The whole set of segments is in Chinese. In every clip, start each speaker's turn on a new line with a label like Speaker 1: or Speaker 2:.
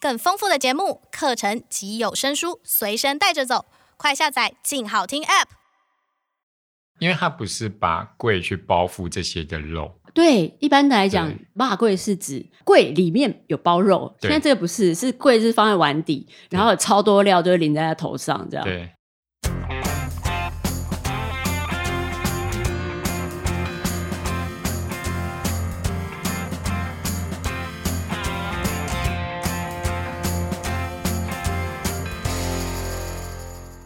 Speaker 1: 更丰富的节目、课程及有声书随身带着走，快下载“静好听 ”App。
Speaker 2: 因为它不是把贵去包覆这些的肉，
Speaker 3: 对，一般的来讲
Speaker 2: 对，
Speaker 3: 辣柜是指柜里面有包肉，
Speaker 2: 对
Speaker 3: 现在这个不是，是柜是放在碗底，然后有超多料就会淋在他头上，这样。
Speaker 2: 对。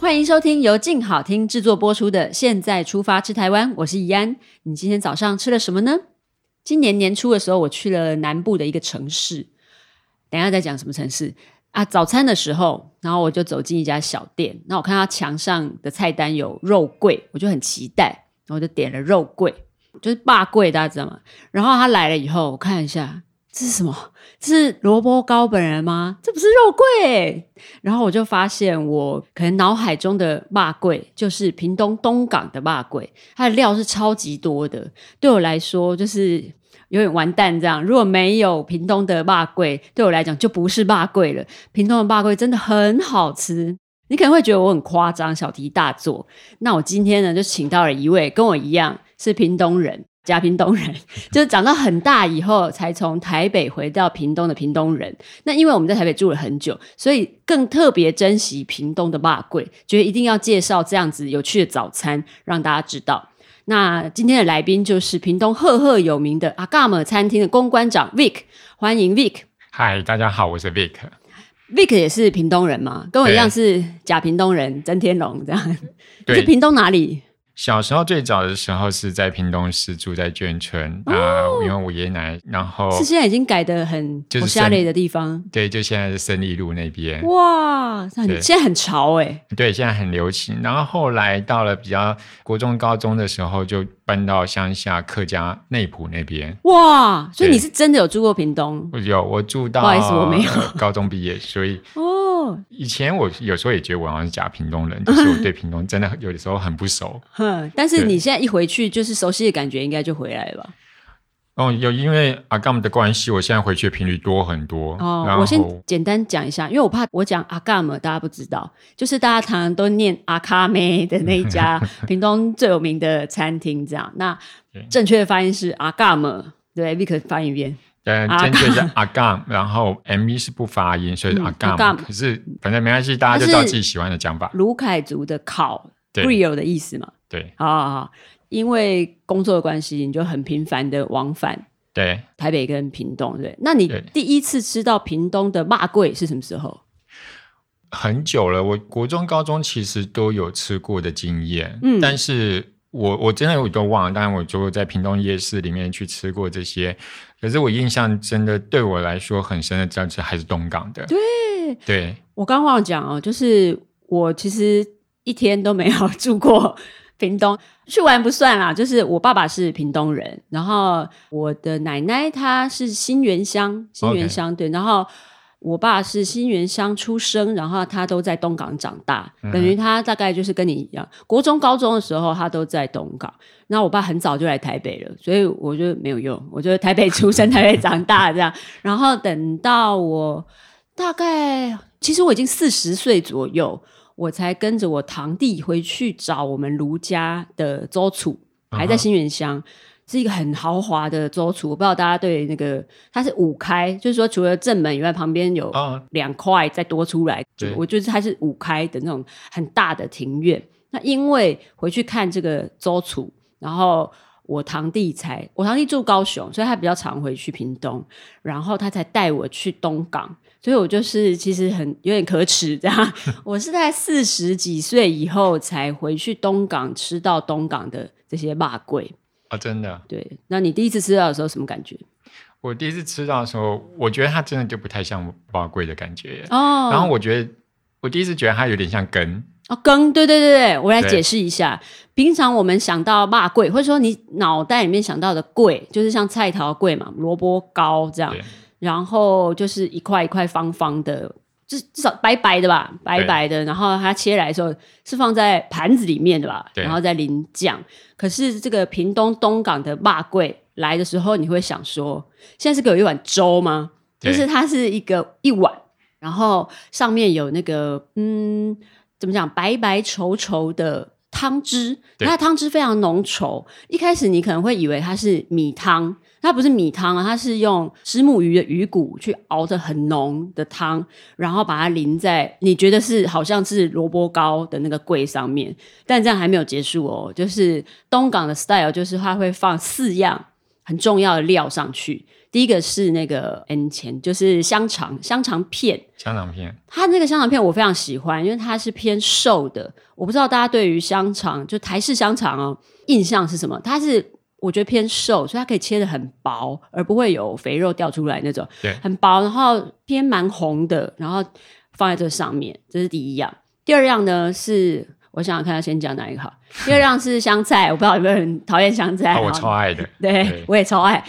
Speaker 3: 欢迎收听由静好听制作播出的《现在出发吃台湾》，我是怡安。你今天早上吃了什么呢？今年年初的时候，我去了南部的一个城市，等一下再讲什么城市啊。早餐的时候，然后我就走进一家小店，那我看到墙上的菜单有肉桂，我就很期待，然后我就点了肉桂，就是霸桂，大家知道吗？然后他来了以后，我看一下。这是什么？这是萝卜糕本人吗？这不是肉桂、欸，然后我就发现，我可能脑海中的骂柜就是屏东东港的骂柜，它的料是超级多的。对我来说，就是有点完蛋这样。如果没有屏东的骂柜，对我来讲就不是骂柜了。屏东的骂柜真的很好吃。你可能会觉得我很夸张，小题大做。那我今天呢，就请到了一位跟我一样是屏东人，假屏东人， 就是长到很大以后才从台北回到屏东的屏东人。那因为我们在台北住了很久，所以更特别珍惜屏东的霸贵，觉得一定要介绍这样子有趣的早餐让大家知道。那今天的来宾就是屏东赫赫有名的阿嘎姆餐厅的公关长 Vic，欢迎 Vic。
Speaker 2: 嗨，大家好，我是 Vic。
Speaker 3: Vic 也是屏东人嘛，跟我一样
Speaker 2: 对
Speaker 3: 是假屏东人，曾天龙这样。你是
Speaker 2: 对
Speaker 3: 屏东哪里？
Speaker 2: 小时候最早的时候是在屏东市，住在眷村啊、因为我爷爷奶奶，然后
Speaker 3: 哦是现在已经改的很
Speaker 2: 哦就是
Speaker 3: 我下类的地方。
Speaker 2: 对，就现在是胜利路那边，
Speaker 3: 哇，很
Speaker 2: 对
Speaker 3: 现在很潮哎、
Speaker 2: 对，现在很流行。然后后来到了比较国中、高中的时候，就搬到乡下客家内埔那边。
Speaker 3: 哇！所以
Speaker 2: 对
Speaker 3: 你是真的有住过屏东
Speaker 2: 我有，我住到
Speaker 3: 不好意思我没有
Speaker 2: 呃 高中毕业，所以
Speaker 3: 哦，
Speaker 2: 以前我有时候也觉得我好像是假屏东人，就是我对屏东真的有的时候很不熟。
Speaker 3: 哼，但是
Speaker 2: 对
Speaker 3: 你现在一回去，就是熟悉的感觉应该就回来了吧？
Speaker 2: 哦，有因为阿甘的关系，我现在回去的频率多很多。
Speaker 3: 哦
Speaker 2: 然，后
Speaker 3: 我先简单讲一下，因为我怕我讲阿嘎姆大家不知道，就是大家常常都念阿卡梅的那一 家屏东最有名的餐厅，这样。那
Speaker 2: 对
Speaker 3: 正确的发音是阿嘎姆，对，Vic 发音一遍。
Speaker 2: 呃，
Speaker 3: 阿
Speaker 2: 正确是阿杠， 然后 M V 是不发音，所以是
Speaker 3: 嗯
Speaker 2: 阿
Speaker 3: 阿
Speaker 2: 杠。
Speaker 3: 杠
Speaker 2: 可是反正没关系，大家就照自己喜欢的讲法。
Speaker 3: 卢凯族的烤
Speaker 2: 对
Speaker 3: grill 的意思嘛？
Speaker 2: 对
Speaker 3: 啊、好因为工作的关系，你就很频繁的往返
Speaker 2: 对，
Speaker 3: 台北跟屏东，对不对？那你
Speaker 2: 对
Speaker 3: 第一次吃到屏东的骂贵是什么时候？
Speaker 2: 很久了，我国中、高中其实都有吃过的经验，
Speaker 3: 嗯
Speaker 2: 但是我我真的我都忘了，当然我就在屏东夜市里面去吃过这些，可是我印象真的对我来说很深的，这是还是东港的，
Speaker 3: 对，
Speaker 2: 对
Speaker 3: 我刚忘了讲哦，就是我其实一天都没有 住过屏东，去玩不算啦。就是我爸爸是屏东人，然后我的奶奶她是新源乡，新源乡对，然后。我爸是新源乡出生，然后他都在东港长大，
Speaker 2: 嗯哼
Speaker 3: 等于他大概就是跟你一样，国中、高中的时候他都在东港。那我爸很早就来台北了，所以我就没有用，我就台北出 生、台北长大这样。然后等到我大概，其实我已经四十岁左右，我才跟着我堂弟回去找我们卢家的周楚，还在
Speaker 2: 嗯哼
Speaker 3: 新源乡。是一个很豪华的周楚，我不知道大家对那个它是五开，就是说除了正门以外，旁边有
Speaker 2: 啊，
Speaker 3: 两块再多出来，就
Speaker 2: 对
Speaker 3: 我觉得它是五开的那种很大的庭院。那因为回去看这个周楚，然后我堂弟才，我堂弟住高雄，所以他比较常回去屏东，然后他才带我去东港，所以我就是其实很有点可耻这样。 我是在四十几岁以后才回去东港吃到东港的这些辣桂。
Speaker 2: 啊，真的，
Speaker 3: 对，那你第一次吃到的时候什么感觉？
Speaker 2: 我第一次吃到的时候，我觉得它真的就不太像宝贵的感觉耶，
Speaker 3: 哦，
Speaker 2: 然后我觉得我第一次觉得它有点像根，
Speaker 3: 哦，羹，对对对对，我来
Speaker 2: 对
Speaker 3: 解释一下。平常我们想到骂桂，或者说你脑袋里面想到的桂，就是像菜桃桂嘛，萝卜糕这样，
Speaker 2: 对
Speaker 3: 然后就是一块一块方方的，至至少白白的吧，白白的。然后它切来的时候是放在盘子里面的吧，
Speaker 2: 对
Speaker 3: 然后再淋酱。可是这个屏东东港的骂桂来的时候，你会想说，现在是给我一碗粥吗？就
Speaker 2: 对
Speaker 3: 是它是一个一碗，然后上面有那个嗯，怎么讲，白白稠稠的汤汁，
Speaker 2: 对
Speaker 3: 它的汤汁非常浓稠。一开始你可能会以为它是米汤，它不是米汤啊，它是用石目鱼的鱼骨去熬的很浓的汤，然后把它淋在你觉得是好像是萝卜糕的那个柜上面，但这样还没有结束哦，就是东港的 style 就是它会放四样很重要的料上去。第一个是那个 N 钱，就是香肠，香肠片。
Speaker 2: 香肠片，
Speaker 3: 它那个香肠片我非常喜欢，因为它是偏瘦的。我不知道大家对于香肠，就台式香肠哦，印象是什么？它是我觉得偏瘦，所以它可以切的很薄，而不会有肥肉掉出来那种。
Speaker 2: 对
Speaker 3: 很薄，然后偏蛮红的，然后放在这上面，这是第一样。第二样呢是。我想想看，要先讲哪一个好？第二样是香菜，我不知道有没有人讨厌香菜。哦
Speaker 2: 啊，我
Speaker 3: 好
Speaker 2: 超爱的
Speaker 3: 对，
Speaker 2: 对
Speaker 3: 我也超爱。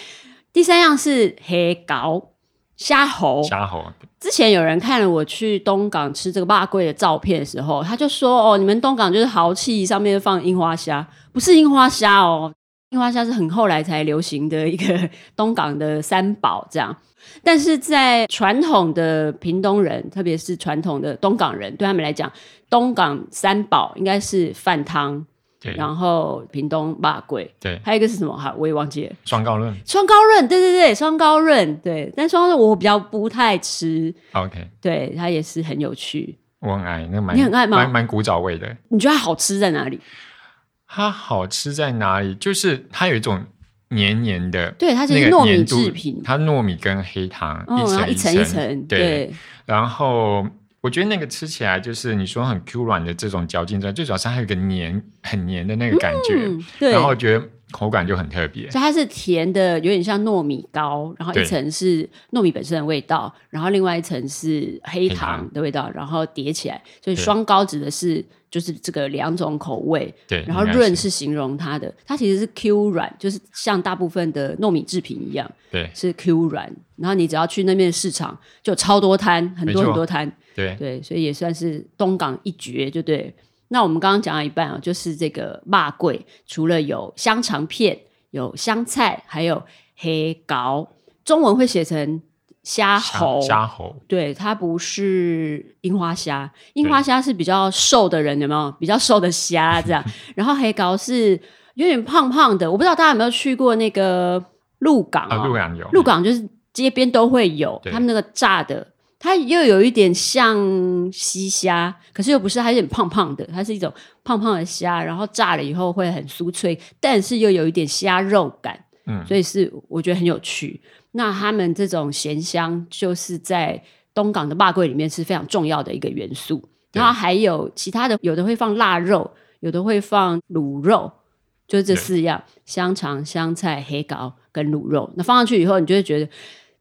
Speaker 3: 第三样是黑膏虾猴，
Speaker 2: 虾猴，
Speaker 3: 之前有人看了我去东港吃这个霸贵的照片的时候，他就说：“哦，你们东港就是豪气，上面放樱花虾，不是樱花虾哦，樱花虾是很后来才流行的一个 东港的三宝这样。”但是在传统的屏东人，特别是传统的东港人，对他们来讲，东港三宝应该是饭汤，
Speaker 2: 对
Speaker 3: 然后屏东霸贵，
Speaker 2: 对，
Speaker 3: 还有一个是什么？哈，我也忘记了。
Speaker 2: 双高论
Speaker 3: 双高润，对对对，双高润，对，但双高润我比较不太吃，
Speaker 2: ，OK，
Speaker 3: 对，它也是很有趣。
Speaker 2: 我很爱，那个蛮
Speaker 3: 你很爱吗
Speaker 2: 蛮蛮古早味的，
Speaker 3: 你觉得它好吃在哪里？
Speaker 2: 它好吃在哪里？就是它有一种黏黏的，
Speaker 3: 对，它
Speaker 2: 那
Speaker 3: 是
Speaker 2: 个
Speaker 3: 糯米
Speaker 2: 黏度
Speaker 3: 制品，
Speaker 2: 它糯米跟黑糖、
Speaker 3: 嗯，然后
Speaker 2: 一
Speaker 3: 一层
Speaker 2: 一
Speaker 3: 层，
Speaker 2: 对。
Speaker 3: 对，
Speaker 2: 然后我觉得那个吃起来就是你说很 Q 软的这种嚼劲之外，最主要是它有一个黏很黏的那个感觉，
Speaker 3: 嗯，对。
Speaker 2: 然后觉得口感就很特别。
Speaker 3: 所以它是甜的，有点像糯米糕，然后一
Speaker 2: 对
Speaker 3: 层是糯米本身的味道，然后另外一层是黑
Speaker 2: 黑
Speaker 3: 糖
Speaker 2: 糖
Speaker 3: 的味道，然后叠起来，所
Speaker 2: 对
Speaker 3: 以双糕指的是就是这个两种口味，
Speaker 2: 对，
Speaker 3: 然后
Speaker 2: 应该
Speaker 3: 润是形容它的，它其实是 Q 软，就是像大部分的糯米制品一样
Speaker 2: 对
Speaker 3: 是 Q 软。然后你只要去那边的市场，就有超多摊，很多
Speaker 2: 没错
Speaker 3: 很多摊，
Speaker 2: 对
Speaker 3: 对，所以也算是东港一绝，就对。那我们刚刚讲到一半啊，就是这个骂柜，除了有香肠片、有香菜，还有黑膏，中文会写成虾
Speaker 2: 虾
Speaker 3: 猴，
Speaker 2: 虾猴，
Speaker 3: 对，它不是樱花虾，樱花虾是比较瘦的人，有没有比较瘦的虾这样？然后黑膏是有点胖胖的，我不知道大家有没有去过那个鹿港
Speaker 2: 啊，
Speaker 3: 哦
Speaker 2: 鹿港有
Speaker 3: 鹿港就是街边都会有，
Speaker 2: 对
Speaker 3: 他们那个炸的，它又有一点像西虾，可是又不是，它有点胖胖的，它是一种胖胖的虾，然后炸了以后会很酥脆，但是又有一点虾肉感，
Speaker 2: 嗯
Speaker 3: 所以是我觉得很有趣。那他们这种咸香就是在东港的霸柜里面是非常重要的一个元素，
Speaker 2: 对
Speaker 3: 然后还有其他的，有的会放腊肉，有的会放卤肉，就是
Speaker 2: 对
Speaker 3: 这四样：香肠、香菜、黑膏跟卤肉。那放上去以后，你就会觉得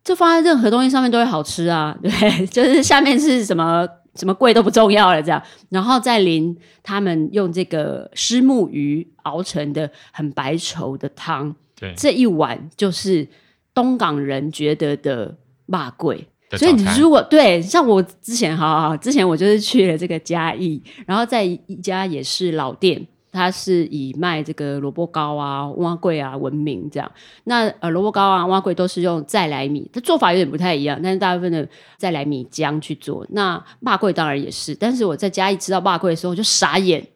Speaker 3: 这放在任何东西上面都会好吃啊， 对，就是下面是什么什么贵都不重要了这样。然后再淋他们用这个虱目鱼熬成的很白稠的汤，
Speaker 2: 对
Speaker 3: 这一碗就是东港人觉得的骂贵。
Speaker 2: 的
Speaker 3: 所以
Speaker 2: 早
Speaker 3: 你
Speaker 2: 餐
Speaker 3: 如果对像我之前，好好好，之前我就是去了这个嘉义，然后在一家也是老店，它是以卖这个萝卜糕啊、蛙桂啊闻名这样。那呃萝卜糕啊、蛙桂都是用再来米，它做法有点不太一样，但是大部分的再来米浆去做。那霸桂当然也是，但是我在嘉义吃到霸桂的时候，我就傻眼。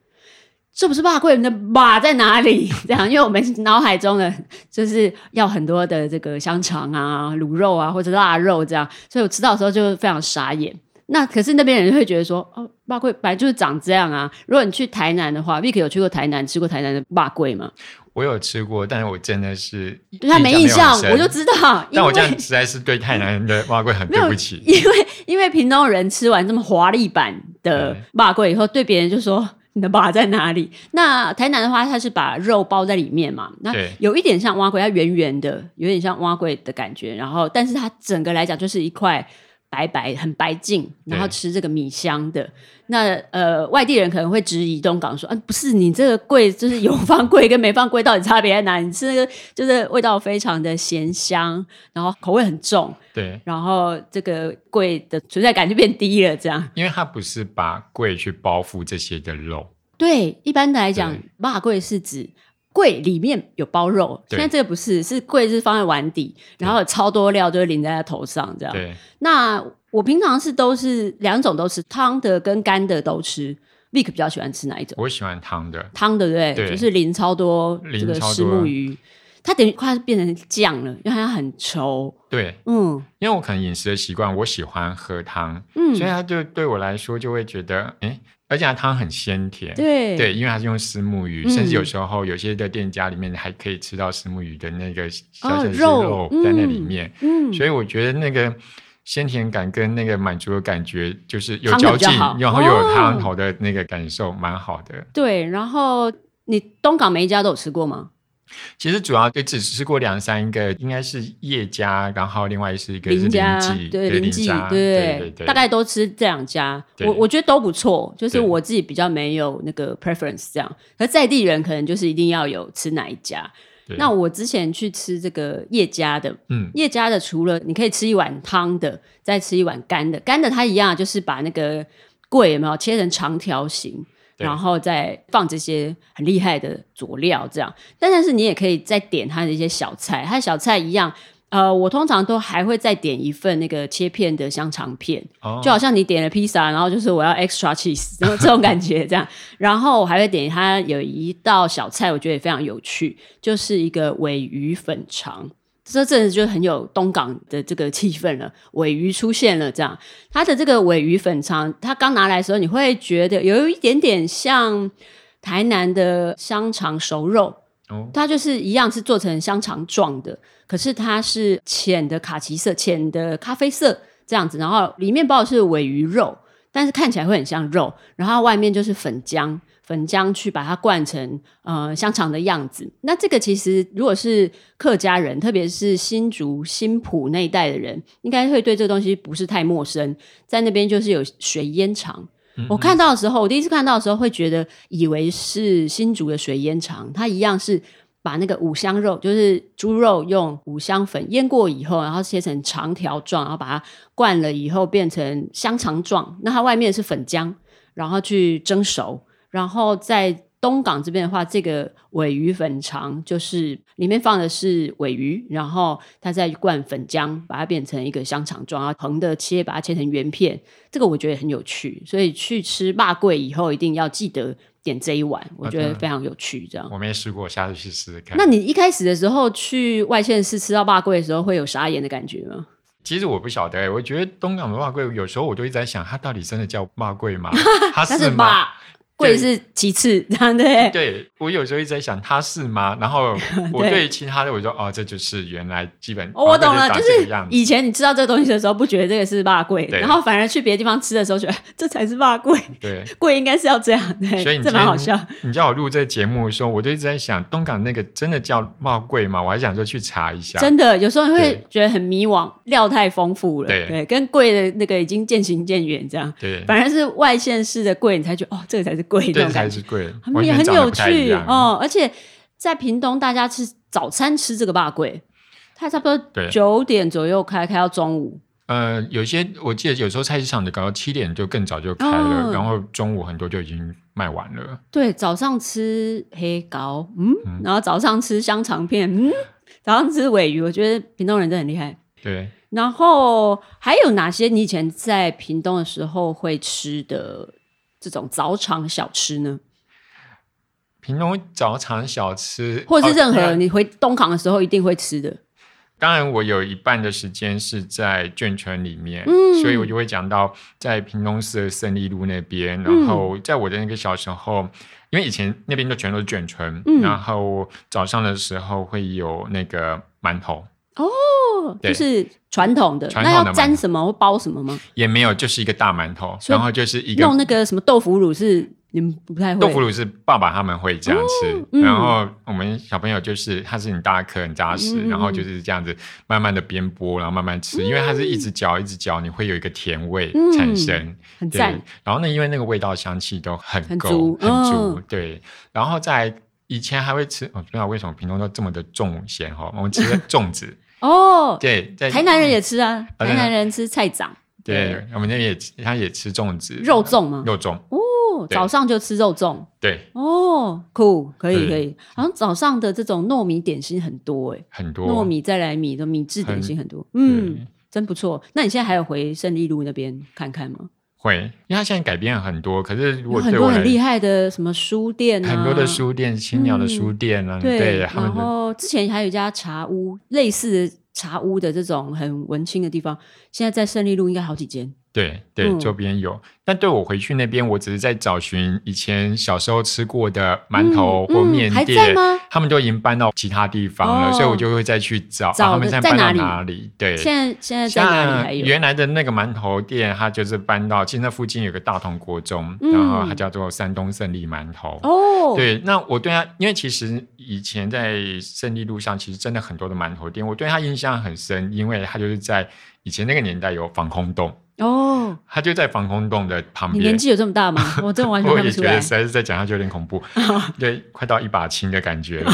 Speaker 3: 这不是霸桂，你的马在哪里？这样，因为我们脑海中的 就是要很多的这个香肠啊、卤肉啊或者腊肉这样，所以我吃到的时候就非常傻眼。那可是那边人会觉得说，哦，霸桂本来就是长这样啊。如果你去台南的话，Vick 有去过台南吃过台南的霸桂吗？
Speaker 2: 我有吃过，但是我真的是
Speaker 3: 对他没
Speaker 2: 印
Speaker 3: 印象，
Speaker 2: 很深
Speaker 3: 我就知道，因
Speaker 2: 但我这样
Speaker 3: 为
Speaker 2: 实在是对太南的蛙龟很
Speaker 3: 没
Speaker 2: 对
Speaker 3: 有
Speaker 2: 不起。
Speaker 3: 因为因为屏东人吃完这么华丽版的
Speaker 2: 对
Speaker 3: 霸桂以后，对别人就说。你的把在哪里？那台南的话，它是把肉包在里面嘛，那
Speaker 2: 对
Speaker 3: 有一点像蛙龟，它圆圆的，有点像蛙龟的感觉。然后，但是它整个来讲就是一块白白很白净，然后
Speaker 2: 对
Speaker 3: 吃这个米香的。那呃，外地人可能会质疑东港说：“啊，不是你这个桂就是有放桂跟没放桂到底差别在哪？你吃那个就是味道非常的咸香，然后口味很重，
Speaker 2: 对，
Speaker 3: 然后这个贵的存在感就变低了，这样。
Speaker 2: 因为它不是把贵去包覆这些的肉，
Speaker 3: 对，一般的来讲
Speaker 2: 对，
Speaker 3: 麻贵是指贵里面有包肉，现
Speaker 2: 对
Speaker 3: 在这个哦不是，是贵是放在碗底，然后有超多料就会淋在他头上，这样。
Speaker 2: 对
Speaker 3: 那我平常是都是两种都吃，汤的跟干的都吃。Vic 比较喜欢吃哪一种？
Speaker 2: 我喜欢汤的，
Speaker 3: 汤的对不对？
Speaker 2: 对
Speaker 3: 就是淋超多这个
Speaker 2: 淋超多
Speaker 3: 石目鱼，它等于快变成酱了，因为它很稠。
Speaker 2: 对，
Speaker 3: 嗯
Speaker 2: 因为我可能饮食的习惯，我喜欢喝汤，
Speaker 3: 嗯，
Speaker 2: 所以它就对我来说就会觉得，哎，而且它汤很鲜甜，
Speaker 3: 对
Speaker 2: 对，因为它是用丝木鱼，
Speaker 3: 嗯
Speaker 2: 甚至有时候有些的店家里面还可以吃到丝木鱼的那个小小
Speaker 3: 哦
Speaker 2: 的
Speaker 3: 肉
Speaker 2: 肉在那里面，
Speaker 3: 嗯，
Speaker 2: 所以我觉得那个鲜甜感跟那个满足的感觉，就是有
Speaker 3: 汤的
Speaker 2: 嚼
Speaker 3: 比较
Speaker 2: 劲
Speaker 3: 好，
Speaker 2: 然后又有汤
Speaker 3: 哦
Speaker 2: 头的那个感受，蛮好的。
Speaker 3: 对。然后你东港每一家都有吃过吗？
Speaker 2: 其实主要就只吃过两三个，应该是叶家，然后另外是一个是
Speaker 3: 林家
Speaker 2: 记，
Speaker 3: 对
Speaker 2: 对
Speaker 3: 林
Speaker 2: 记，
Speaker 3: 记
Speaker 2: 对对对，
Speaker 3: 大概都吃这两家，
Speaker 2: 对
Speaker 3: 我我觉得都不错，就是
Speaker 2: 对
Speaker 3: 我自己比较没有那个 preference 这样，而在地人可能就是一定要有吃哪一家。
Speaker 2: 对
Speaker 3: 那我之前去吃这个叶家的，
Speaker 2: 嗯
Speaker 3: 叶家的除了你可以吃一碗汤的，再吃一碗干的，干的它一样就是把那个桂有没有切成长条形。
Speaker 2: 对
Speaker 3: 然后再放这些很厉害的佐料，这样。但但是你也可以再点它的一些小菜，它的小菜一样。呃，我通常都还会再点一份那个切片的香肠片，
Speaker 2: 哦
Speaker 3: 就好像你点了披萨，然后就是我要 extra cheese，然后这种 感觉这样。然后我还会点它有一道小菜，我觉得也非常有趣，就是一个尾鱼粉肠。这阵子就很有东港的这个气氛了，尾鱼出现了，这样它的这个尾鱼粉肠，它刚拿来的时候，你会觉得有一点点像台南的香肠熟肉，
Speaker 2: 哦
Speaker 3: 它就是一样是做成香肠状的，可是它是浅的卡其色、浅的咖啡色这样子，然后里面包的是尾鱼肉，但是看起来会很像肉，然后外面就是粉浆，粉浆去把它灌成呃香肠的样子。那这个其实如果是客家人，特别是新竹、新浦那一带的人，应该会对这个东西不是太陌生，在那边就是有水烟肠。我看到的时候，我第一次看到的时候会觉得以为是新竹的水烟肠，它一样是把那个五香肉，就是猪肉用五香粉腌过以后，然后切成长条状，然后把它灌了以后变成香肠状，那它外面是粉浆，然后去蒸熟，然后在。东港这边的话，这个尾鱼粉肠就是里面放的是尾鱼，然后它再灌粉浆，把它变成一个香肠状，然后横的切，把它切成圆片，这个我觉得很有趣，所以去吃霸贵以后一定要记得点这一碗，我觉
Speaker 2: 当
Speaker 3: 得
Speaker 2: 然
Speaker 3: 非常有趣。这样，
Speaker 2: 我没试过，下次去试试看。
Speaker 3: 那你一开始的时候去外县市吃到霸贵的时候，会有傻眼的感觉吗？
Speaker 2: 其实我不晓得、欸，我觉得东港的蛙柜，有时候我就一直在想，它到底真的叫蛙柜 吗？它
Speaker 3: 但
Speaker 2: 啊是吗？
Speaker 3: 霸贵是其次， 这样对不对？
Speaker 2: 对我有时候一直在想，它是吗？然后我
Speaker 3: 对
Speaker 2: 对其他的我就说，哦，这就是原来基本
Speaker 3: 哦，我懂
Speaker 2: 蛙
Speaker 3: 了，就
Speaker 2: 柜
Speaker 3: 是
Speaker 2: 长这个样子。
Speaker 3: 以前你吃到这个东西的时候，不觉得这个是霸贵，
Speaker 2: 对
Speaker 3: 然后反而去别的地方吃的时候，觉得 这才是霸贵，
Speaker 2: 对，
Speaker 3: 贵应该是要这样，对，
Speaker 2: 所以你
Speaker 3: 这
Speaker 2: 今
Speaker 3: 蛮
Speaker 2: 天
Speaker 3: 好笑。
Speaker 2: 你叫我录这节目的时候，我就一直在想，东港那个真的叫蛙柜吗？我还想说去查一下。
Speaker 3: 真的，有时候你会
Speaker 2: 啊对
Speaker 3: 觉得很迷惘，料太丰富了，
Speaker 2: 对
Speaker 3: 对，跟贵的那个已经渐行渐远，这样。
Speaker 2: 对，
Speaker 3: 反而是外县市的贵，你才觉得哦，这个才是贵这
Speaker 2: 这
Speaker 3: 种感
Speaker 2: 才
Speaker 3: 觉，
Speaker 2: 是贵，
Speaker 3: 很
Speaker 2: 完
Speaker 3: 也
Speaker 2: 全
Speaker 3: 很
Speaker 2: 长得
Speaker 3: 有
Speaker 2: 不太一
Speaker 3: 趣
Speaker 2: 样。
Speaker 3: 哦。而且在屏东，大家吃早餐吃这个霸贵，它差不多
Speaker 2: 对
Speaker 3: 九点左右开，开到中午。
Speaker 2: 呃，有些我记得有时候菜市场的搞到七点就更早就开了，
Speaker 3: 哦
Speaker 2: 然后中午很多就已经卖完了。
Speaker 3: 对，早上吃黑糕，嗯，然后早上吃香肠片，嗯，早上吃尾鱼，我觉得屏东人真的很厉害。
Speaker 2: 对，
Speaker 3: 然后还有哪些你以前在屏东的时候会吃的这种早场小吃呢？
Speaker 2: 屏东早场小吃，
Speaker 3: 或者
Speaker 2: 哦
Speaker 3: 是任
Speaker 2: 当
Speaker 3: 何
Speaker 2: 然
Speaker 3: 你回东港的时候一定会吃的？
Speaker 2: 当然，我有一半的时间是在眷村里面，
Speaker 3: 嗯
Speaker 2: 所以我就会讲到在屏东市的胜利路那边。
Speaker 3: 嗯
Speaker 2: 然后在我的那个小时候，因为以前那边就全都是眷村，
Speaker 3: 嗯
Speaker 2: 然后早上的时候会有那个馒头，
Speaker 3: 哦，就
Speaker 2: 对
Speaker 3: 是传统的，
Speaker 2: 传
Speaker 3: 那
Speaker 2: 统的
Speaker 3: 要沾什么或包什么吗？
Speaker 2: 也没有，就是一个大馒头，
Speaker 3: 所以
Speaker 2: 然后就是一个
Speaker 3: 弄那个什么豆腐乳是你们不太会，
Speaker 2: 豆腐乳是爸爸他们会这样吃，
Speaker 3: 嗯
Speaker 2: 然后我们小朋友就是它是很大颗很扎实，
Speaker 3: 嗯嗯嗯
Speaker 2: 然后就是这样子慢慢的边剥，然后慢慢吃，因为它是一直嚼一直嚼，你会有一个甜味
Speaker 3: 嗯
Speaker 2: 产生。
Speaker 3: 很
Speaker 2: 对
Speaker 3: 赞。，
Speaker 2: 然后呢，因为那个味道香气都很
Speaker 3: 很
Speaker 2: 够
Speaker 3: 足
Speaker 2: 很足，
Speaker 3: 嗯
Speaker 2: 对。然后在以前还会吃，我、不知道为什么屏东都这么的重咸哈，我们吃的粽 子，
Speaker 3: 哦，
Speaker 2: 对，在
Speaker 3: 台南人也吃啊，
Speaker 2: 啊
Speaker 3: 台南人吃菜长，
Speaker 2: 对，我们那边也吃他也吃粽子，
Speaker 3: 肉粽吗？
Speaker 2: 肉粽，
Speaker 3: 哦，
Speaker 2: 对
Speaker 3: 早上就吃肉粽。
Speaker 2: 对，
Speaker 3: 哦，酷，可以
Speaker 2: 对
Speaker 3: 可以，好像早上的这种糯米点心很多哎、
Speaker 2: 很多
Speaker 3: 糯米再来米的米制点心很多，
Speaker 2: 啊对
Speaker 3: 嗯，真不错。那你现在还有回胜利路那边看看吗？
Speaker 2: 会，因为它现在改变很多，可是如
Speaker 3: 有
Speaker 2: 果
Speaker 3: 很
Speaker 2: 对
Speaker 3: 多
Speaker 2: 我来
Speaker 3: 很厉害的什么书店啊，嗯
Speaker 2: 很多的书店，青鸟的书店啊，
Speaker 3: 对，
Speaker 2: 对，他
Speaker 3: 然
Speaker 2: 们的
Speaker 3: 后之前还有一家茶屋，类似的茶屋的这种很文青的地方，现在在胜利路应该好几间。
Speaker 2: 对对、
Speaker 3: 嗯
Speaker 2: 周边有。但对我回去那边，我只是在找寻以前小时候吃过的馒头
Speaker 3: 嗯
Speaker 2: 或
Speaker 3: 嗯
Speaker 2: 面
Speaker 3: 还在
Speaker 2: 店，
Speaker 3: 吗
Speaker 2: 他们都已经搬到其他地方了，
Speaker 3: 哦
Speaker 2: 所以我就会再去找、啊、
Speaker 3: 找
Speaker 2: 他们
Speaker 3: 的
Speaker 2: 现
Speaker 3: 在
Speaker 2: 搬
Speaker 3: 哪
Speaker 2: 到
Speaker 3: 里
Speaker 2: 哪里。对，
Speaker 3: 现在现在在哪里还
Speaker 2: 像
Speaker 3: 有？
Speaker 2: 原来的那个馒头店，它就是搬到，其实那附近有个大同国中，
Speaker 3: 嗯
Speaker 2: 然后它叫做山东胜利馒头。
Speaker 3: 哦，，
Speaker 2: 对，那我对它，因为其实以前在胜利路上，其实真的很多的馒头店，我对它印象很深，因为它就是在以前那个年代有防空洞，
Speaker 3: 哦，
Speaker 2: 它就在防空洞的旁
Speaker 3: 你年
Speaker 2: 边。
Speaker 3: 纪有这么 大吗？我真的完全
Speaker 2: 我
Speaker 3: 看不
Speaker 2: 也
Speaker 3: 出
Speaker 2: 觉得
Speaker 3: 来
Speaker 2: 实。在是在讲下去有点恐 怖，对，快到一把青的感觉了。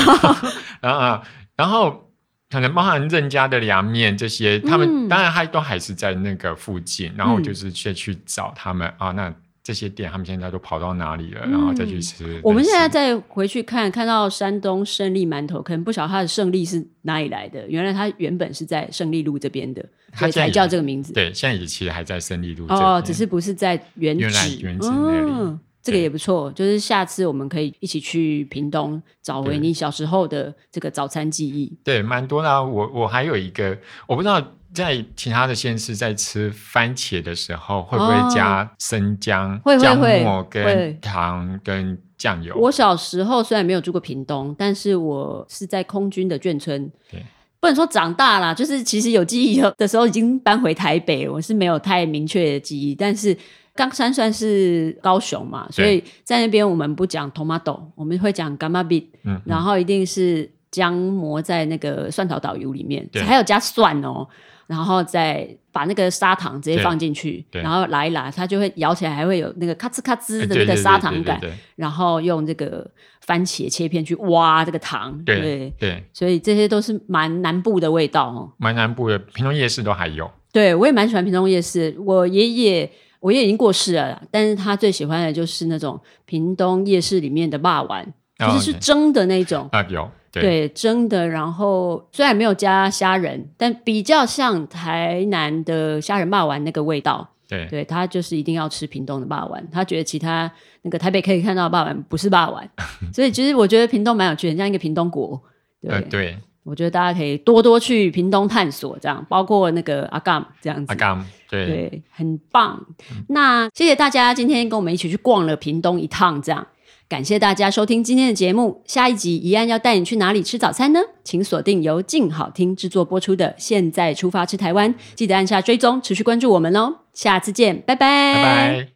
Speaker 2: 然后啊，然后可能包含任家的凉面这些，他们、
Speaker 3: 嗯
Speaker 2: 当然他都还是在那个附近，然后我
Speaker 3: 嗯
Speaker 2: 就是去去找他们啊，那这些店他们现在都跑到哪里了，然后再去
Speaker 3: 嗯
Speaker 2: 吃。
Speaker 3: 我们
Speaker 2: 再
Speaker 3: 现在
Speaker 2: 吃
Speaker 3: 再回去看，看到山东胜利馒头，可能不晓得它的胜利是哪里来的。原来它原本是在胜利路这边的，
Speaker 2: 它
Speaker 3: 所以
Speaker 2: 现在
Speaker 3: 才
Speaker 2: 也
Speaker 3: 叫这个名字。
Speaker 2: 对，现在也其实还在胜利路这
Speaker 3: 哦，
Speaker 2: 边
Speaker 3: 只是不是在原址
Speaker 2: 原来原址那里
Speaker 3: 嗯这个
Speaker 2: 对
Speaker 3: 也不错，就是下次我们可以一起去屏东找回
Speaker 2: 对
Speaker 3: 你小时候的这个早餐记忆。
Speaker 2: 对蛮多啦。我我还有一个，我不知道。在其他的县市，在吃番茄的时候，会不
Speaker 3: 哦
Speaker 2: 会加生姜、
Speaker 3: 会会
Speaker 2: 姜
Speaker 3: 会
Speaker 2: 末
Speaker 3: 会
Speaker 2: 跟糖跟酱油？
Speaker 3: 我小时候虽然没有住过屏东，但是我是在空军的眷村
Speaker 2: 对。
Speaker 3: 不能说长大啦，就是其实有记忆的时候已经搬回台北了，我是没有太明确的记忆。但是冈山算是高雄嘛，所以在那边我们不讲 tomato，我们会讲 gamma bit，
Speaker 2: 嗯，
Speaker 3: 然后一定是姜磨在那个蒜头导油里面，
Speaker 2: 对
Speaker 3: 还有加蒜哦，然后再把那个砂糖直接
Speaker 2: 对
Speaker 3: 放进去，
Speaker 2: 对哎
Speaker 3: 然后拉一拉，它就会咬起来还会有那个咔哧咔哧
Speaker 2: 嗯对
Speaker 3: 的那个砂糖感，
Speaker 2: 对
Speaker 3: 然后用这个番茄切片去挖这个糖，
Speaker 2: 对对对对对，
Speaker 3: 所以这些都是蛮南部的味道哦。
Speaker 2: 蛮南部的屏东夜市都还有。
Speaker 3: 对，我也蛮喜欢屏东夜市。我爷爷，我爷爷已经过世了啦，但是他最喜欢的就是那种屏东夜市里面的霸丸，就
Speaker 2: 哦
Speaker 3: 是是蒸的那种。
Speaker 2: 啊，有对
Speaker 3: 对，蒸的，然后虽然没有加虾仁，但比较像台南的虾仁霸丸那个味道。
Speaker 2: 对
Speaker 3: 对他就是一定要吃屏东的霸丸，他觉得其他那个台北可以看到的霸丸不是霸丸，所以其实我觉得屏东蛮有趣的，很像一个屏东国。对，
Speaker 2: 呃对，
Speaker 3: 我觉得大家可以多多去屏东探索，这样包括那个阿干这样子。
Speaker 2: 阿刚对嗯
Speaker 3: 对，很棒。那谢谢大家今天跟我们一起去逛了屏东一趟，这样感谢大家收听今天的节目。下一集怡安要带你去哪里吃早餐呢？请锁定由静好听制作播出的《现在出发吃台湾》，记得按下追踪，持续关注我们哦。下次见，拜拜，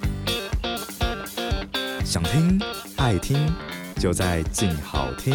Speaker 2: 拜拜。
Speaker 4: 想听爱听，就在静好听。